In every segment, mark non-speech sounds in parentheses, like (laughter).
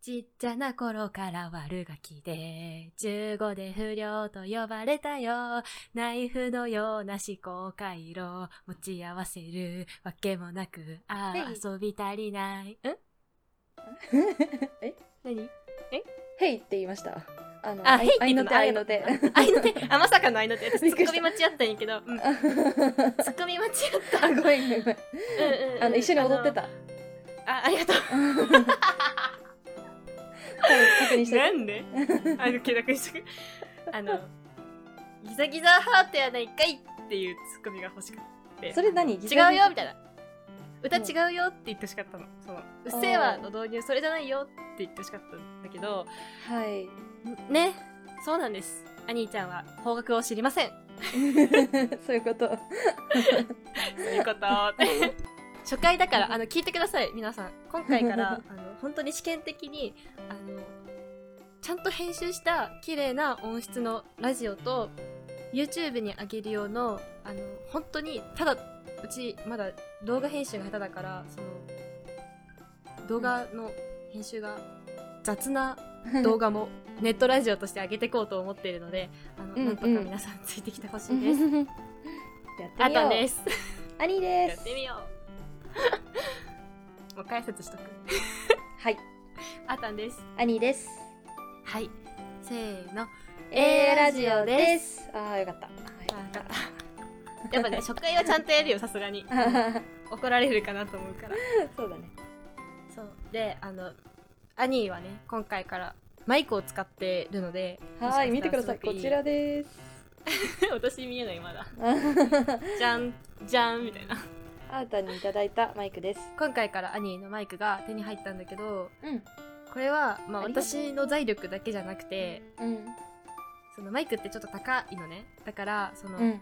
ちっちゃな頃から悪ガキで、中5で不良と呼ばれたよ。ナイフのような思考回路、持ち合わせるわけもなく、あはあ、い遊び足りない。んえ何ヘイって言いました。あの、あヘいイってあいの手、あい言うのの手。あいの手、あ、まさかのあいの手。私、ツびっくッりコしたミ間違ったんやけど。うん、ツッコミ間違った。 (laughs) あ、ごめんごめんごめうん。んうんうんあの、一緒に踊って。た。あのあ、ありがとう。多分確認してた。なんであの気楽にしとくあのギザギザハートやないかいっていうツッコミが欲しかっそれ何た違うよみたいな歌違うよって言ってほしかったのその「うっせぇわ」あーの導入それじゃないよって言ってほしかったんだけどはい。 (laughs) ねそうなんですアニーちゃんは方角を知りませんそういうこと。ということ (laughs) 初回だからあの聞いてください皆さん今回から (laughs) あの本当に試験的にあのちゃんと編集した綺麗な音質のラジオと YouTube に上げる用のあの本当にただうちまだ動画編集が下手だからその動画の編集が雑な動画もネットラジオとして上げていこうと思っているのであのうんなんとか皆さんついてきてほしいです。やってみよ (laughs) あう。とで。す兄でやっす。てみよ (laughs) う。もう解説しとく。はい。あたんです。兄です。はい。せーの。え。A ラジオですああ、よかった。あよか (laughs) やっぱね、初回はちゃんとやるよ、さす (laughs) がに。はい。怒られるかなと思うから。そうだね。そう。で、あの、アニーはね、今回からマイクを使ってるので。はい、見もてしくかだしたさらい。すごこくちら。です。 (laughs) (laughs) 私見えない、まだ。あじゃん、じゃん、みたいな。ーたにいただいたマイクです。今回からアニーのマイクが手に入ったんだけど、うん。これは、まあ、ありがとう私の財力だけじゃなくて、うん。そのマイクってちょっと高いのね。だから、その、うん。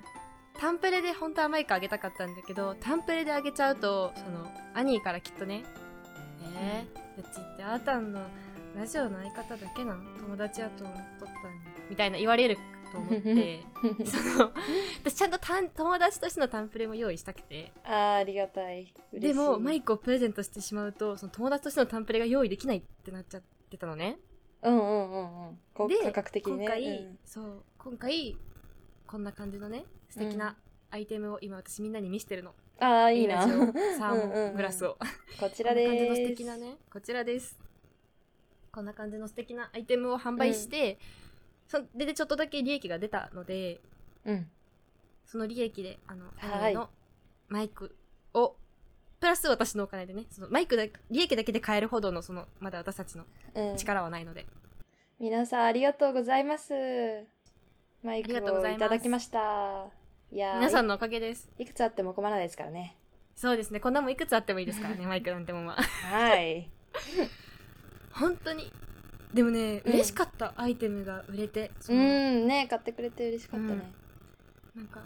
タンプレで本当はマイクあげたかったんだけどタンプレであげちゃうとそのアニーからきっとね「えー、うちってあーたんのラジオの相方だけなん友達やと思っとったんや」みたいな言われると思って (laughs) その私ちゃんとたん友達としてのタンプレも用意したくてあーありがたい。でもマイイクをプレゼントしてしまうとその友達としてのタンプレが用意できないってなっちゃってたのね。ク。うんうんうんうん。こでう価格的にね。今回、うんそう今回こんな感じのね素敵うんなアイテムを今私みんなに見せてるの。ああ、いいな。ラジオこサーモングラスを。こちんならで感じす。の素敵なね、こちらです。こんな感じの素敵なアイテムを販売して、それでちょっとだけ利益が出たので、うん。その利益で、あの、はいアニメのマイクを、プラス私のお金でね、そのマイクだ、利益だけで買えるほどの、その、まだ私たちのうん。力はないので。皆さんありがとうございます。マイありクがとうごをざいいますただきました。いやー皆さんのおかげです。いいくつあっても困らないですからね。そうですね、こんなもんいくつあってもいいですからね、マイクなんてもんは。はい。本当に。でもね、うん嬉しかった、アイテムが売れて。 (laughs) そうのん、ね買ってくれて嬉しかったね。なんか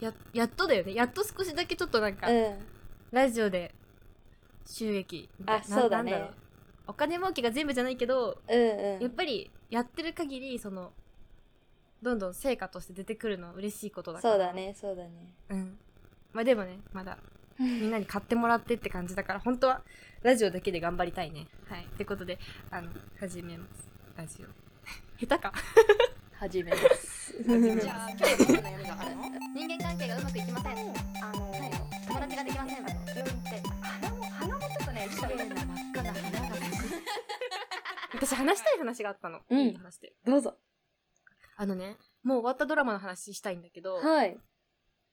ややっとだよねやっと少しだけちょっとなんか、うん。ラジオで収益みたいあなそうだなねんろお金儲けが全部じゃないけど、うんうやっん。ぱりやってる限りそのどんどん成果として出てくるのは嬉しいことだからそうだね、そうだね。うんまあでもねまだみんなに買ってもらってって感じだから本当はラジオだけで頑張りたいねはいってことであの始めますラジオ (laughs) 下手 (laughs) か始めます。じゃあ今日どんな悩みがあるの？人間関係がうまくいきません。あの友達ができません。病院って鼻も鼻もちょっとね綺麗な真っ赤な鼻が私話したい話があったの、うんいい話でどうぞ。あのね、もう終わったドラマの話したいんだけど、はい。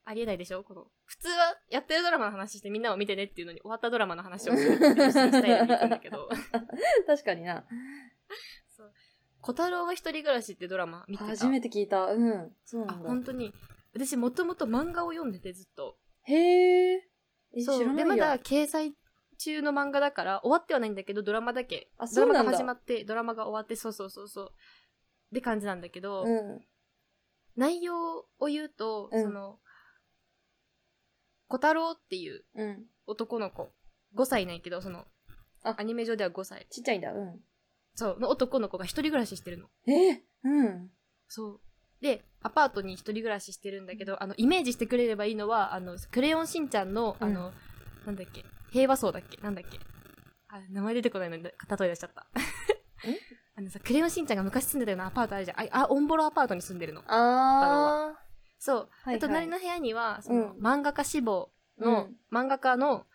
ありえないでしょこの、普通はやってるドラマの話してみんなを見てねっていうのに終わったドラマの話 (laughs) をするっていうしたいのに行くんだけど。確かにな。そう小太郎が一人暮らしってドラマ見てた。初めて聞いた。うん。そうあ、なんだ。本当に。私もともと漫画を読んでてずっと。へーえ。知らう。なで、いよまだ掲載中の漫画だから、終わってはないんだけど、ドラマだけ。あドそラうマなんがだ始まって、ドラマが終わって、そうそうそうそう。って感じなんだけど、うん。内容を言うと、うんその、小太郎っていううん。男の子5歳なんやけどそのあアニメ上では5歳ちっちゃいんだ。うん。そうの男の子が一人暮らししてるのえーうん。そうでアパートに一人暮らししてるんだけど、あのイメージしてくれればいいのは「あのクレヨンしんちゃんの」あの、なんだっけ平和層だっけなんだっけあ名前出てこないので例え出しちゃった (laughs) あのさ、クレヨンしんちゃんが昔住んでたようなアパートあるじゃん。あ、あオンボロアパートに住んでるの。あそう。ー。はい、あと、隣の部屋には、その、う漫画家志望の、漫画家の、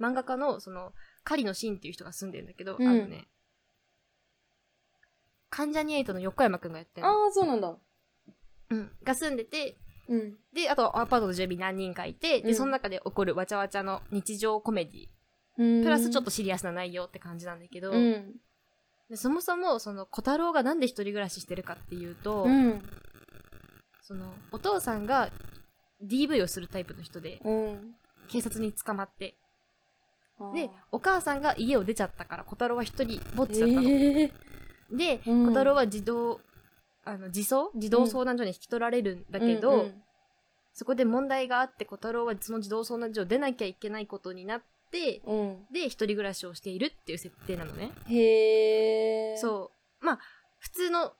漫画家の、その、狩野真っていう人が住んでるんだけど、うんあのね、関ジャニエイトの横山くんがやってるの。ああ、そうなんだ。うん。が住んでて、うん。で、あとアパートの住民何人かいて、うで、んその中で起こるわちゃわちゃの日常コメディ、ププラスちょっと、シリアスな内容って感じなんだけど、うん。でそもそも、その、小太郎がなんで一人暮らししてるかっていうと、うん。その、お父さんが DV をするタイプの人で、うん。警察に捕まって、あーで、お母さんが家を出ちゃったから、小太郎は一人ぼっちだったの。ええ。で、うん小太郎は児童、あの、児相児童相談所に引き取られるんだけど、うんそこで問題があって、小太郎はその児童相談所を出なきゃいけないことになって、うん。うんで、一人暮らしをしているっていう設定なのね。へえ。そう。まあ、普通の、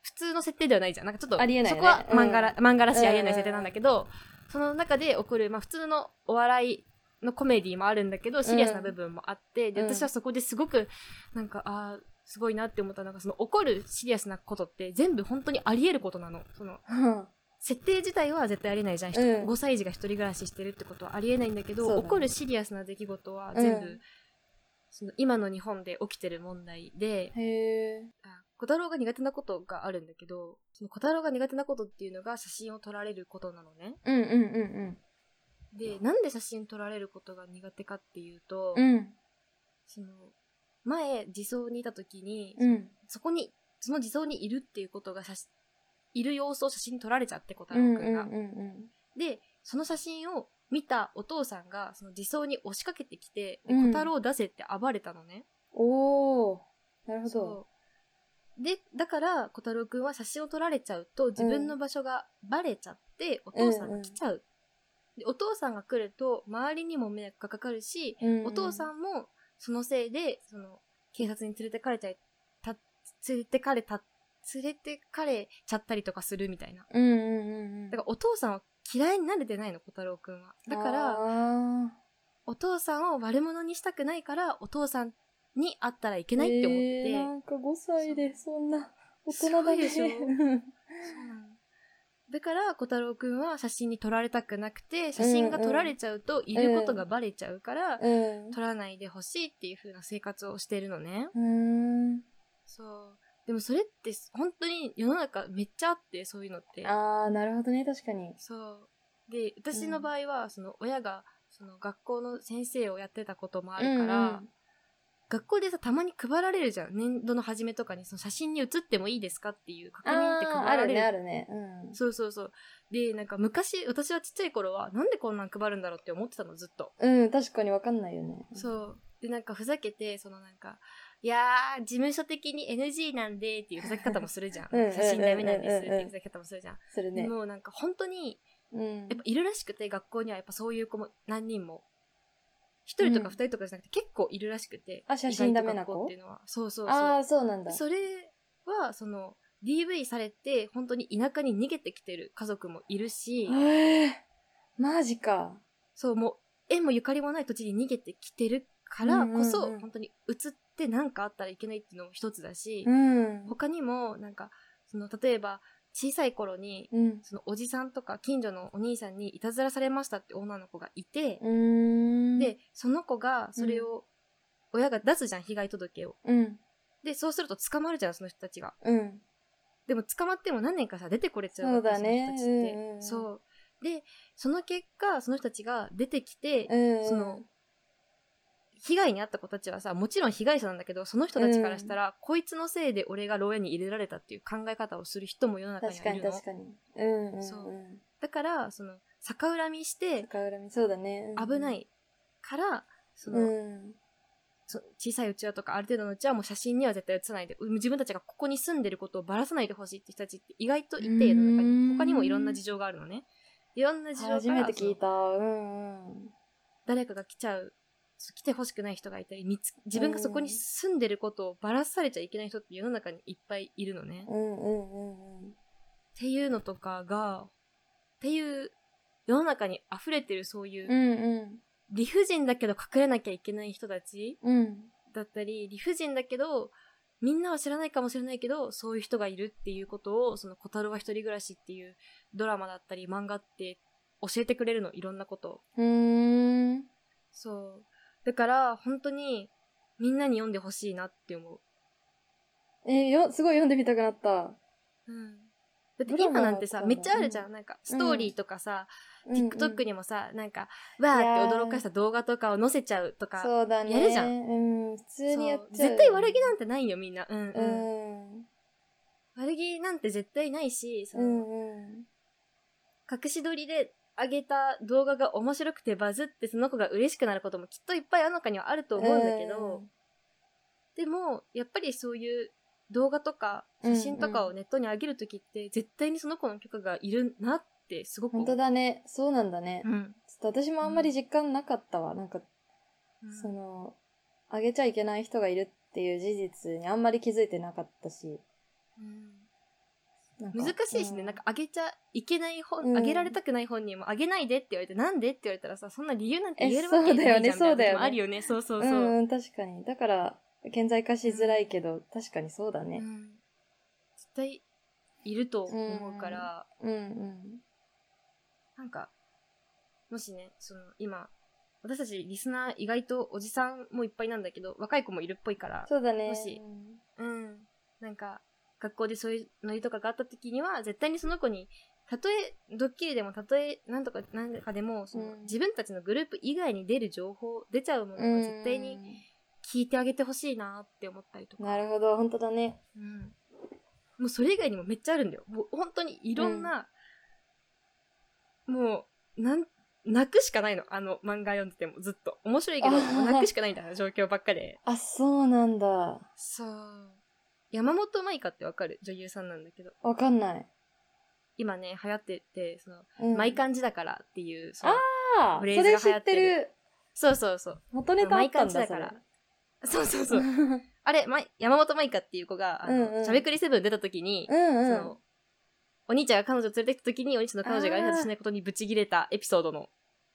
普通の設定ではないじゃん。なんかちょっと、ありえないねそこは漫画ら、漫画らしうんいありえない設定なんだけど、その中で起こる、まあ普通のお笑いのコメディもあるんだけど、シリアスな部分もあって、で、うん私はそこですごく、なんか、ああ、すごいなって思ったのが、その起こるシリアスなことって全部本当にあり得ることなの。その、うん。設定自体は絶対ありえないじゃん、うん5歳児が一人暮らししてるってことはありえないんだけどそうだね起こるシリアスな出来事は全部、うんその今の日本で起きてる問題でへえ。あ小太郎が苦手なことがあるんだけどその小太郎が苦手なことっていうのが写真を撮られることなのねうんうんうんでなんで写真撮られることが苦手かっていうと、うん。うん。その前自走にいた時に、うん。そこにその自走にいるっていうことが写しいる様子を写真に撮られちゃって小太う郎んくんうが。んうんで、その写真を見たお父さんが、その自走に押しかけてきて、でうん小太郎を出せって暴れたのね。おおなるほどそうで、だから、小太郎くんは写真を撮られちゃうと、自分の場所がバレちゃって、お父さんが来ちゃう。で、お父さんが来ると、周りにも迷惑がかかるし、うんうんお父さんも、そのせいで、その、警察に連れてかれちゃい、た、連れてかれた、連れてかれちゃったりとかするみたいな。うんうんうんうんだから、お父さんは嫌いになれてないの、小太郎くんは。だから、あお父さんを悪者にしたくないから、お父さんに会ったらいけーないって思っえて。ーなんか5歳でそんな大人だそうねでしょうんそうなのだから、小太郎くんは写真に撮られたくなくて、写真が撮られちゃうと、いることがバレちゃうから、 (laughs) うん撮らないでほしいっていう風な生活をしてるのね。うーんそう。でもそれって、本当に世の中めっちゃあって、そういうのって。ああなるほどね確かにそう。で、私の場合は、その親が、その学校の先生をやってたこともあるから、学校でさたまに配られるじゃん年度の初めとかにその写真に写ってもいいですかっていう確うんうん認ってあー配あらるれねるあるねそうそうそうでなんか昔私はちっちゃい頃はなんでこんなん配るんだろうって思ってたのずっと、うんうん確かにわかんないよねそうでなんかふざけてそのなんかいやー事務所的に NG なんでっていうふざけ方もするじゃんうん写真ダメなんですっていうふざけ方もするじゃん、するねでもなんか本当にうんやっぱいるらしくて学校にはやっぱそういう子も何人も一人とか二人とかじゃなくて結構いるらしくて、あ写真ダメな意外と学校子っていうのはそうそうそうああそうなんだそれはその DV されて本当に田舎に逃げてきてる家族もいるし、へえマジかそうもう縁もゆかりもない土地に逃げてきてるからこそ、うんうんうん本当に映って何かあったらいけないっていうのも一つだし、うん他にもなんかその例えば小さい頃にうんそのおじさんとか近所のお兄さんにいたずらされましたって女の子がいて、うーんでその子がそれを親が出すじゃん被害届を。うんでそうすると捕まるじゃんその人たちが。うんでも捕まっても何年かさ出てこれちゃうわけそうだねその人たちって、うんうんそうでその結果その人たちが出てきて、うんその被害に遭った子たちはさもちろん被害者なんだけどその人たちからしたら、こいつのせいで俺が牢屋に入れられたっていう考え方をする人も世の中に確かはいにるの確かにうんうんうんそうだからその逆恨みして逆恨みそうだねうん危ないからその、うんそ小さいうちはとかある程度のうちはもう写真には絶対写さないでうん自分たちがここに住んでることをばらさないでほしいって人たちって意外といてうーん世の中に他にもいろんな事情があるのねいろんな事情から初めて聞いそのたうんうん誰かが来ちゃうそう来てほしくない人がいたり見つ自分がそこに住んでることをばらされちゃいけない人って世の中にいっぱいいるのね、っうんうんうんうんていうのとかがっていう世の中に溢れてるそういううんうん理不尽だけど隠れなきゃいけない人たちうんだったり理不尽だけどみんなは知らないかもしれないけどそういう人がいるっていうことをその「小太郎は一人暮らし」っていうドラマだったり漫画って教えてくれるのいろんなことをうーん。そうだから本当にみんなに読んでほしいなって思う、え、よ、すごい読んでみたくなった。うん、だってドラマ今なんてさだったんめだっちゃあるじゃん、なんかストーリーとかさ、うんうん TikTok にもさなんかわーって驚かした動画とかを載せちゃうとかそうだね。やるじゃんうん、普通にやっそうちゃう。絶対悪気なんてないよみんな、うんううんん。悪気なんて絶対ないしそうの、んうん。隠し撮りで上げた動画が面白くてバズってその子が嬉しくなることもきっといっぱいあの中にはあると思うんだけど、でもやっぱりそういう動画とか写真とかをネットに上げるときって絶対にその子の許可がいるなってすごく本当だね。そうなんだね。うん、ちょっと私もあんまり実感なかったわ。なんか、そうんの、あげちゃいけない人がいるっていう事実にあんまり気づいてなかったし。なんか難しいしね、うなんか上げちゃいけない本、うん上げられたくない本人も上げないでって言われて、なんでって言われたらさ、そんな理由なんて言えるえわけないじゃんみたいなそうだよねそうだよね時もあるよね、そうそううそう。んうん、確かに。だから、顕在化しづらいけど、確かにそうだうね。ん絶対いると思うから、うんうん。なんか、もしね、その今、私たちリスナー意外とおじさんもいっぱいなんだけど、若い子もいるっぽいから、そうだね。もしうん。なんか、学校でそういうノリとかがあった時には、絶対にその子に、たとえドッキリでも、たとえなんとかなんかでも、そのうん自分たちのグループ以外に出る情報、出ちゃうものは絶対に聞いてあげてほしいなって思ったりとうか。ん。なるほど、本当だね。うん。もうそれ以外にもめっちゃあるんだよ。もう本当にいろんな、もう、なん、泣くしかないの。あの漫画読んでてもずっと。面白いけど、あー泣くしかないんだよ。状況ばっかで。あ、そうなんだ。そう。山本舞香ってわかる女優さんなんだけど。わかんない。今ね、流行ってて、その、うん舞感じだからっていう、そのあーフレーズがそれ知って流行る。そうそうそう。元ネタあっ舞た感んじだ、だそかれら。。そうそうそう。うんあれ、ま、山本舞香っていう子が、あの、うんうんしゃべくりセブン出た時に、そうん。の、お兄ちゃんが彼女を連れてきた時に、お兄ちゃんの彼女が挨拶しないことにブチギレたエピソードの。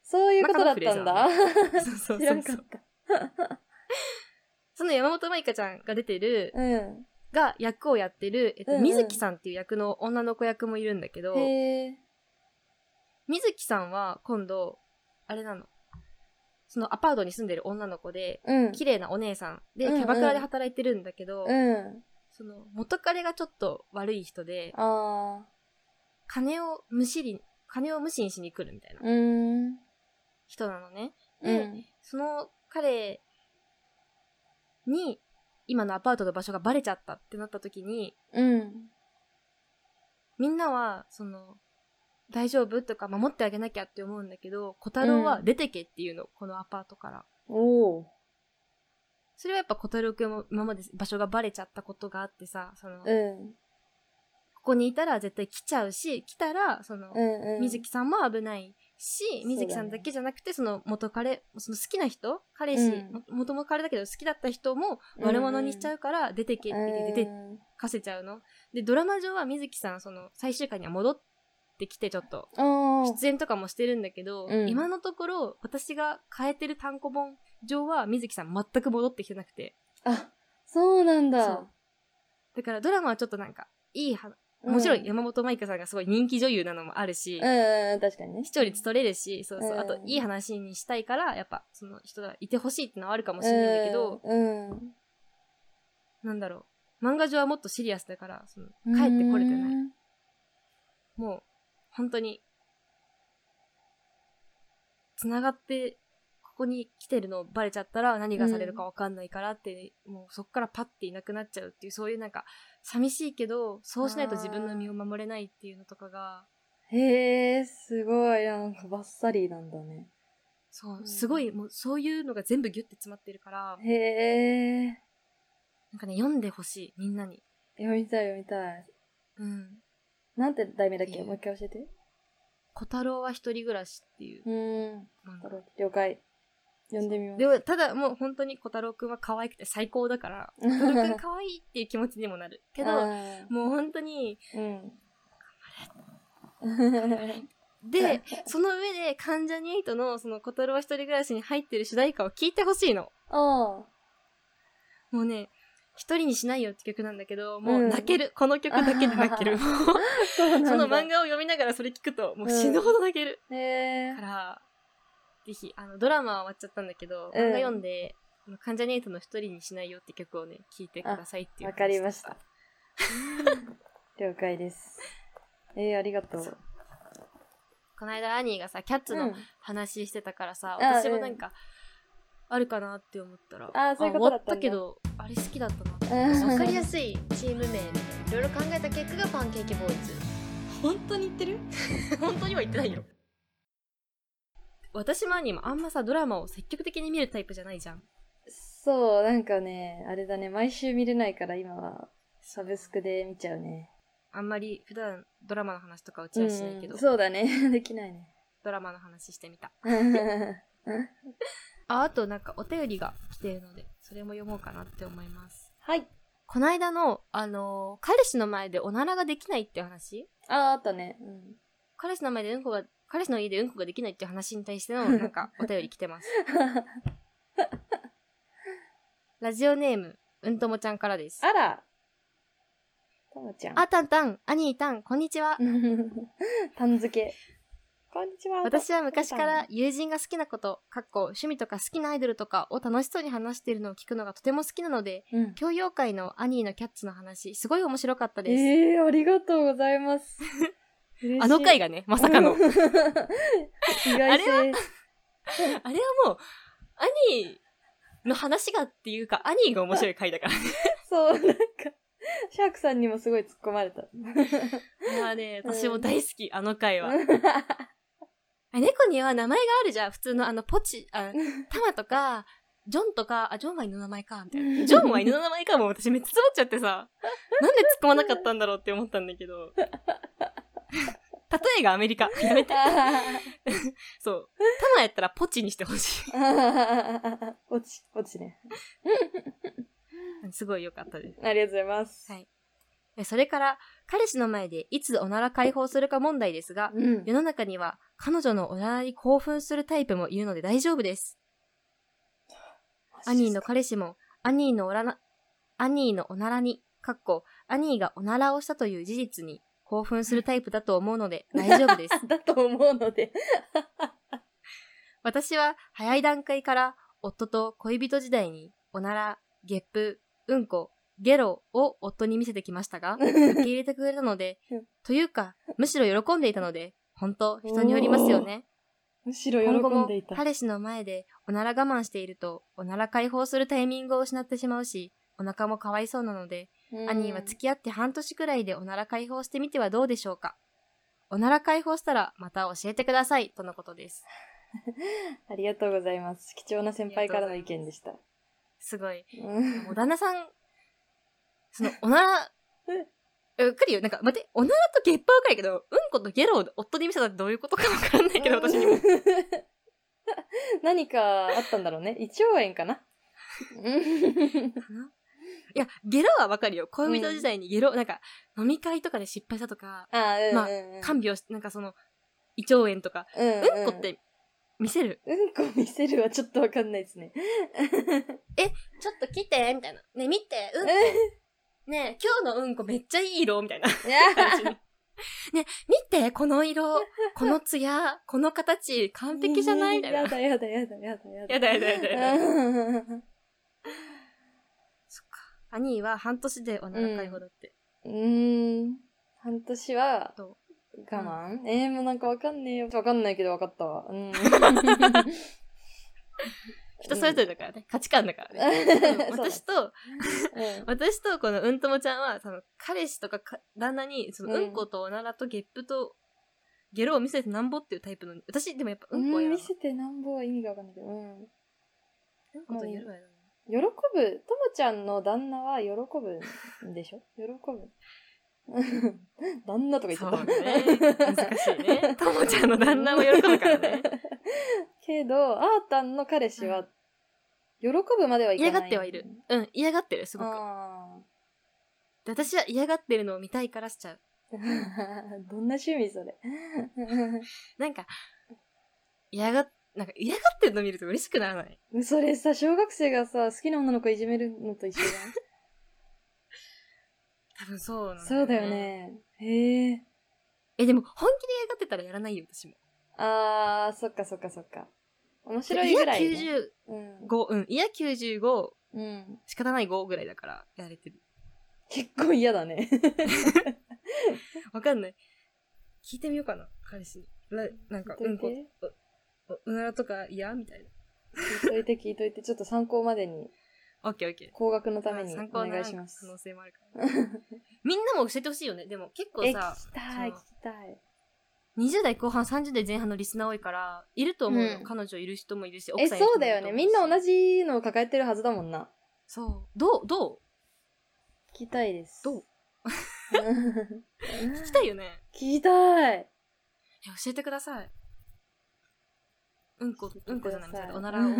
そういうことだったんだ。 (laughs) そうそう (laughs) そ知らうんそかっう。た。その山本舞香ちゃんが出てる、うん。が役をやってる、えっうと、んうん水木さんっていう役の女の子役もいるんだけど、へえ。水木さんは今度、あれなの。そのアパートに住んでる女の子で、うん。綺麗なお姉さんで、うキんうんャバクラで働いてるんだけど、うん。その元彼がちょっと悪い人で、あ金をむしり、金を無心しに来るみたいなー。うーん。人なのね。うで、ん。その彼に今のアパートの場所がバレちゃったってなった時に、うん。みんなは、その、大丈夫とか守ってあげなきゃって思うんだけど、小太郎は出てけっていうの、このアパートから。おお。それはやっぱ小太郎くんも今まで場所がバレちゃったことがあってさ、その、うこん。こにいたら絶対来ちゃうし、来たら、その、うんうん。水木さんも危ないし、水木さんだけじゃなくて、その元彼、その好きな人、彼氏、うんも元も彼だけど好きだった人もうんうん悪者にしちゃうから、出てけっうんて出てかせちゃうの。で、ドラマ上は水木さん、その最終回には戻ってきてちょっと、あー出演とかもしてるんだけど、うん今のところ私が変えてる単行本上は水木さん全く戻ってきてなくてあ、そうなんそうだ。だからドラマはちょっとなんかいいはもちろうん山本舞香さんがすごい人気女優なのもあるし、ん、うん、確かにね。視聴率取れるしそうそう、うんあといい話にしたいからやっぱその人がいてほしいってのはあるかもしれないんだけど、うん。うんなんだろう漫画上はもっとシリアスだからその帰ってこれてない。もう、本当に、繋がって、ここに来てるのバレちゃったら何がされるかわかんないからって、もうそっからパッていなくなっちゃうっていう、そういうなんか、寂しいけど、そうしないと自分の身を守れないっていうのとかが、へえ、すごい。なんかバッサリなんだね。そうう、んすごい、もうそういうのが全部ギュッて詰まってるから、へえ。なんかね、読んでほしい、みんなに。読みたい読みたい。うん。なんて題名だっけうんもう一回教えて。小太郎は一人暮らしっていううん。漫な画。るほど了解。読んでみますで。も、ただもう本当に小太郎くんは可愛くて最高だから、小太 (laughs) 郎くん可愛いっていう気持ちにもな (laughs) る。けど、 (laughs) あーもう本当 (laughs) に。うん。で、その上で関ジャニ∞のその小太郎は一人暮らしに入ってる主題歌を聞いてほしいの。ああ。もうね、一人にしないよって曲なんだけど、もううん泣ける。この曲だけで泣け (laughs) る。もうそうなんだその漫画を読みながらそれ聞くと、もう死ぬほど泣ける。えだから、ぜひ、あの、ドラマは終わっちゃったんだけど、うん漫画読んで、あの関ジャニエイトの一人にしないよって曲をね、聴いてくださいっていう。わかりました。ー、了解です。えー、ありがとう。この間、アニーがさ、キャッツのうん話してたからさ、あ私もなんか、あるかなって思ったら、あそういうことだったあんだ終わけど、あれ好きだったなって。 (laughs) うんわかりやすいチーム名いろいろ考えた結果がパンケーキボーイズ本当に言ってる (laughs) 本当には言ってないよ。私もアニーもあんまさ、ドラマを積極的に見るタイプじゃないじゃん。そう、なんかね、あれだね、毎週見れないから今はサブスクで見ちゃうね。あんまり普段ドラマの話とかうちはしないけど、うんそうだね、 (laughs) できないね。ドラマの話してみた。はあ、あとなんかお便りが来ているので、それも読もうかなって思います。い。こないだの、あのー彼氏の前でおならができないって話ああ、あったね。うん。彼氏の前でうんこが、彼氏の家でうんこができないって話に対して (laughs) の、なんか、お便り来てます。ラジオネーム、うんともちゃんからです。あら。ともちゃん。 (laughs) あ、たんたん、あにーたん、こんにちは。たんづけ。こんにちは。私は昔から友人が好きなこと、かっこ趣味とか好きなアイドルとかを楽しそうに話しているのを聞くのがとても好きなので、うん。教養界のアニーのキャッツの話、すごい面白かったです。ええー、ありがとうございます。あの回が、がね、まさか (laughs) の。 (laughs) 意あ外性。れはもう、アニーの話がっていうか、アニーが面白い回だから。そう、なんか、シャークさんにもすごい突っ込まれた。 (laughs) まあね、 (laughs) 私も大好き、あの回は。あ猫には名前があるじゃん。普通のあの、ポチ、 (laughs) あタマとか、ジョンとか、あ、ジョンは犬の名前か、みたいな。ジョンは犬の名前かも、私めっちゃつぼっちゃってさ、なんで突っ込まなかったんだろうって思ったんだけど。例えがアメリカ。やめて。そう。タマやったらポチにしてほしい。 (laughs) 落ち、落ちね。すごい良かったです。ありがとうございます。はいえそれから、彼氏の前でいつおなら解放するか問題ですが、うん。世の中には彼女のおならに興奮するタイプもいるので大丈夫です。アニーの彼氏も、アニーのおらな、アニーのおならに、かっこ、アニーがおならをしたという事実に興奮するタイプだと思うので大丈夫です。だと思うので。私は早い段階から夫と恋人時代におなら、ゲップ、うんこ、ゲロを夫に見せてきました (laughs) が、受け入れてくれたのでうん、というか、むしろ喜んでいたので、本当人によりますよね。むしろ今後喜んもでいた。彼氏の前でおなら我慢しているとおなら解放するタイミングを失ってしまうしお腹もかわいそうなので、うんアニーは付き合って半年くらいでおなら解放してみてはどうでしょうかおなら解放したらまた教えてくださいとのことですありがとうございます。貴重な先輩からの意見でした。すごいうんもう旦那さんそのおな (laughs) らうっくりよなんか待っておならとゲッパはわかるけどうんことゲロを夫に見せたってどういうことかわからないけど私にも。何かあったんだろうね。胃腸炎かな。いやゲロはわかるよ恋人時代にゲロ、なんか飲み会とかで失敗したとかあーうんまあうんうん看病しなんかその胃腸炎とかうんううんこっ。て見せる、うんこ見せるはちょっとわかんないですね。ちょっと来てみたいなね見てうねえ今日のうんこめっちゃいい色みた (laughs) いないや感じにね見てこの色このツヤこの形完璧じゃないみたいなやだやだやだやだやだ。やだやだやだやだうんそっか兄は半年でおなら解放だって、うーん。半年はど我慢えー、もうなんかわかんねえよ。わかんないけどわかったわ。うん。 (laughs) 人それぞれだからね価値観だから (laughs) ねでも私とうん私とこのうんともちゃんはその彼氏とかか旦那にそのううんんことおならとゲップとゲロを見せてなんぼっていうタイプの私でもやっぱうんこはうやんら見ないせてなんぼは意味がわかんないけど。うん。うんことゲロはやらない喜ぶ、ともちゃんの旦那は喜ぶんで (laughs) しょ喜ぶ。旦那とか言っちそゃうった。ね難しい (laughs) ねともちゃんの旦那も喜ぶから (laughs) ね (laughs) けど、あーたんの彼氏うは、喜ぶまではいかない。嫌がってはいるうん嫌がってるすごくあで私は嫌がってるのを見たいからしちゃうー (laughs) どんな趣味それ。なんか嫌がなんか嫌がってるの見ると嬉しくならないそれさ、小学生がさ、好きな女の子いじめるのと一緒じ多分そう (laughs) なんそうだよね。へえ。えでも本気で嫌がってたらやらないよ私もあー、そっかそっかそっか。面白いぐらい、いね。やうん。 95うんいや95うん。仕方ない5ぐらいだからやられてる結構嫌だね。わかんない聞いてみようかな彼氏にらなん (laughs) かうんこ聞いおおならとか嫌みたいといて聞いといて、ちょっと参考までに、なオッケーオッケー高額のためあに参お考にな願らんいしま可す。能性もあるからねみんなも教えてほしいよねでも結構え、聞きさたい、聞そのきたい。 20代後半30代前半のリスナー多いからいると思うよ、うん彼女いる人もいるしえ、奥さんいる人そうもだいるよと思ね。しみんな同じのを抱えてるはずだもんな。そうどうどう聞きたいです。どう聞聞きたいよね (laughs) 聞きたい。え教えてくださいうんこうんこじゃないみたい (laughs) なおならをを。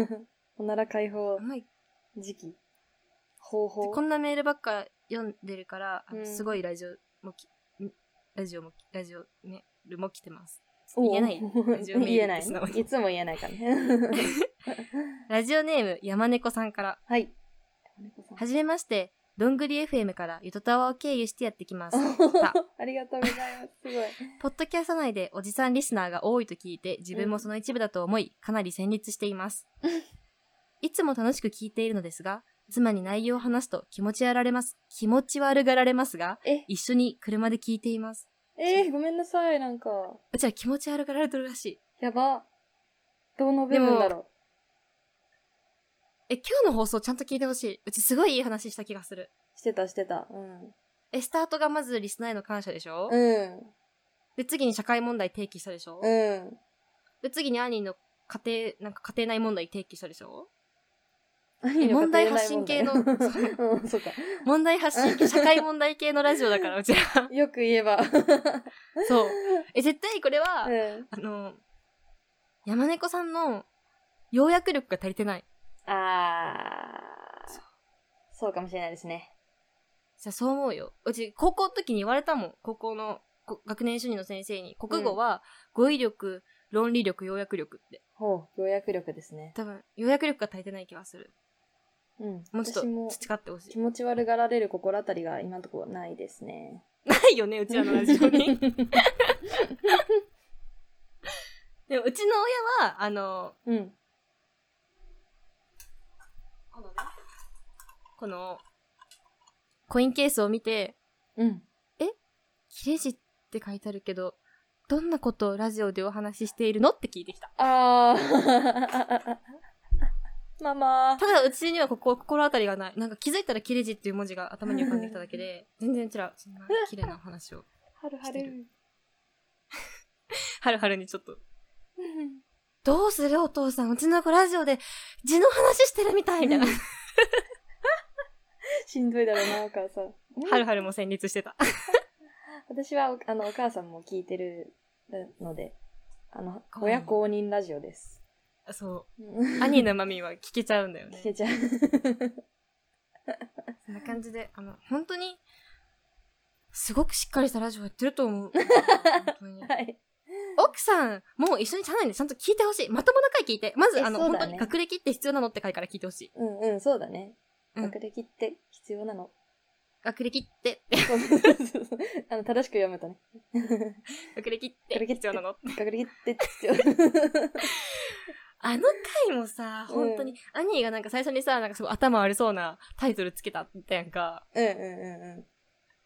おなら解放あんまり時期。方 (laughs) 法。こんなメールばっか読んでるから、あのうんすごいラジオもきんラジオもきラジオメールも来てますお言えないジオメール言えない素直。にいつも言えないか (laughs) らね。ラジオネーム山猫さんからはい。はじめましてどんぐり FM からゆとたわを経由してやってきますた (laughs) ありがとうございます。すごい。ポッドキャスト内でおじさんリスナーが多いと聞いて自分もその一部だと思い、かなり戦慄しています。いつも楽しく聞いているのですが、妻に内容を話すと気持ちやられます。気持ち悪がられますが、え、一緒に車で聞いています。えーごめんなさい、なんか。うちは気持ち悪がられてるらしい。やば。どの部分だろう。え、今日の放送ちゃんと聞いてほしい。うちすごいいい話した気がする。してた、してた。うん。え、スタートがまずリスナーへの感謝でしょ、うん。で、次に社会問題提起したでしょ、うん。で、次に兄の家庭、なんか家庭内問題提起したでしょ何の問題発信系の家庭内問題うん、 (laughs) そうか。問題発信系、社会問題系のラジオだから、うちら。よく言えば。そう。 (laughs) え、絶対これは、うん。あの、山猫さんの要約力が足りてない。あーそう。そうかもしれないですね。じゃあそう思うよ。うち、高校の時に言われたもん。高校のこ学年主任の先生に、国語は語彙力、論理力、要約力って。ほう、要約力ですね。多分、要約力が足りてない気がする。うん。もうちょっ私もと培ってほしい気。持ち悪がられる心当たりが今のところないですね。ないよね、うちらのラジオ (laughs) に。でも、うちの親は、あの、うん。この、コインケースを見て、うん。切れ字って書いてあるけど、どんなことをラジオでお話ししているのって聞いてきた。あ (laughs) ー。ママただ、うちにはここ、心当たりがない。なんか気づいたら切れ字っていう文字が頭に浮かんできただけで、全然うちら、そんな綺麗なお話 (laughs) を。はるはしてるる。はるはるにちょっと。どうするお父さん、うちの子ラジオで字の話してるみたいみたいな。 (laughs) しんどいだろうな、お母さん。はるはるも戦慄してた。私はおあのお母さんも聞いてるので、あの、かわいい親公認ラジオです。そうんう。兄のマミーは聞けちゃうんだよね聞。けちゃう。 (laughs) そんな感じで、あの、本当に、すごくしっかりしたラジオやってると (laughs) 思う。本当に。はい。奥さんも一緒に社内でちゃんと聞いてほしい。まともな回聞いて。まず、えあの、そう本だ当ねに学歴って必要なのって回から聞いてほしい。うんうん、そうだね。うん学歴って必要なの。 (laughs) 学歴って、そうそうそうそうあの、正しく読 (laughs) むとね。学歴って学歴っ必て要なの学歴って必 (laughs) 要。あの回もさ、うん本当に、兄がなんか最初にさ、なんかすごい頭悪そうなタイトルつけたってやんか。うんうんうんう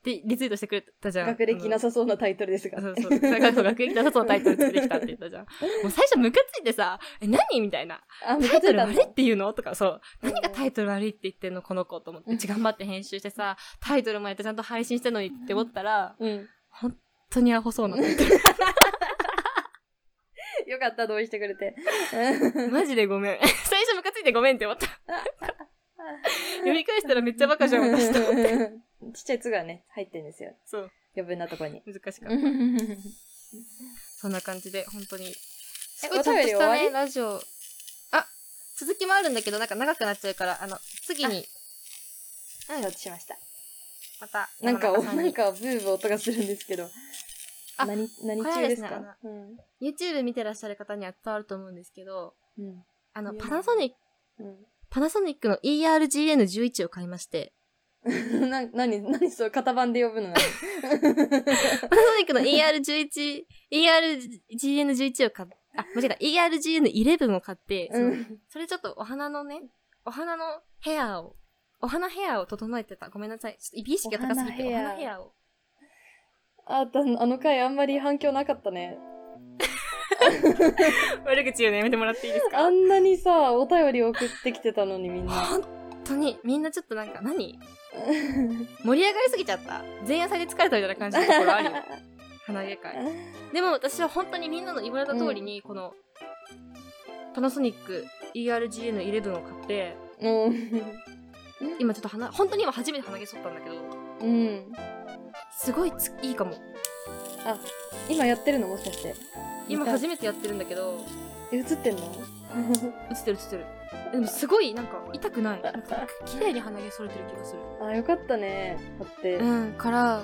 で、リツイートしてくれたじん。ゃん。学歴なさそうなタイトルですあが。のそうそう。だからそう学歴なさそうなタイトルつけてきたって言ったじゃん。もう最初ムカついてさ、え、何みたいな。 (laughs) あ、ムタカイつトいルたん悪だいっていうのとか、そう。何がタイイトル悪いって言ってんのこの子と思って、うち頑張って編集してさ、タイトルもやってちゃんと配信してんのにって思ったら、トルうん。本当にアホそうなの。よかった、同意してくれて。マジでごめん。最初ムカついてごめんって思った。読み返したらめっちゃバカじゃん、私と。 (laughs) ちっちゃい「つ」がね、入ってんですよ。そう。余分なとこ (laughs) に。難しかった。え、そんな感じで、本当に。すお便り終わりラジオ。あ、続きもあるんだけど、なんか長くなっちゃうから、あの、次に、承知しました。また、なんか、山お中さんなんにか、ブーブー音がするんですけど。あ何、何これは中でですすねかうん。 YouTube 見てらっしゃる方には伝わると思うんですけど、うん。あの、いやパナソニック、うん。パナソニックの ERGN11 を買いまして、 (laughs) な、なに、なにそう、型番で呼ぶのなにパナソニックの ER11、ERGN11 を買っあ、間違えた。ERGN11 を買って、 (laughs) そのうん。それちょっとお花のね、お花のヘアを、お花ヘアを整えてた。ごめんなさい。ちょっと美意識が高すぎて、おお花花ヘヘアを。あた、あの回あんまり反響なかったね。悪口言うのやめてもらっていいですあかんなにさ、お便り送ってきてたのにみんな。 (laughs) 本当に、みんなちょっとなんか何、盛り上がりすぎちゃった。前夜祭で疲れたみたいな感じのところあ (laughs) るよ。花毛会。でも私は本当にみんなの言われた通りに、この、パナソニック ERGN11 を買って、うん。今ちょっと鼻、本当に今初めて鼻毛剃ったんだけど、うん。すごいついいかも。今やってるのもしかして。今見た初めてやってるんだけど、え、映ってんの映ってる映ってる。でもすごいなんか痛くない。なんか綺麗に鼻毛剃れてる気がする。あ、よかったね。だって。うん、から、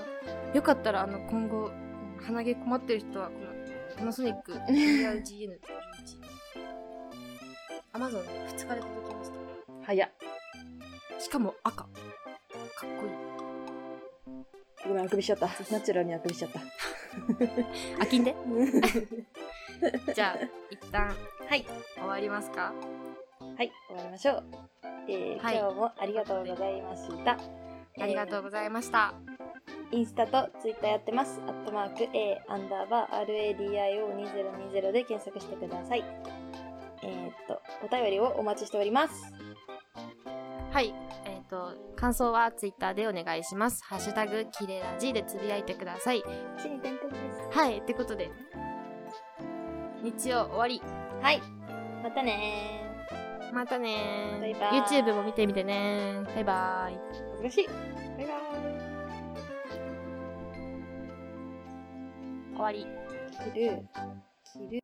よかったらあの今後、鼻毛困ってる人は、このパナソ (laughs) ニック ERGN11。アマゾンで2日で届きまし早っ。た。しかも赤。かっこいい。ごめん、あくびしちゃった。ナチュラルにあくびしちゃった。あきんではじゃあ、一旦い。終わりますか。はい、終わりましょう。えーはい今日もありがとうございました。ありがとうございました。えーインスタとツイッターやってます。アットマーク A アンダーバー RADIO2020 で検索してください。えーっと、お便りをお待ちしております。はい。えっ、と、感想はツイッターでお願いします。ハッシュタグ、キレラジでつぶやいてください。ちに点々です。はい。ってことで、日曜終わり。はい、またねまたねー。バイバイ YouTube も見てみてねー。バイバーイ。ー。恥ずかしい。バイバ終わり。イ。切る。切る。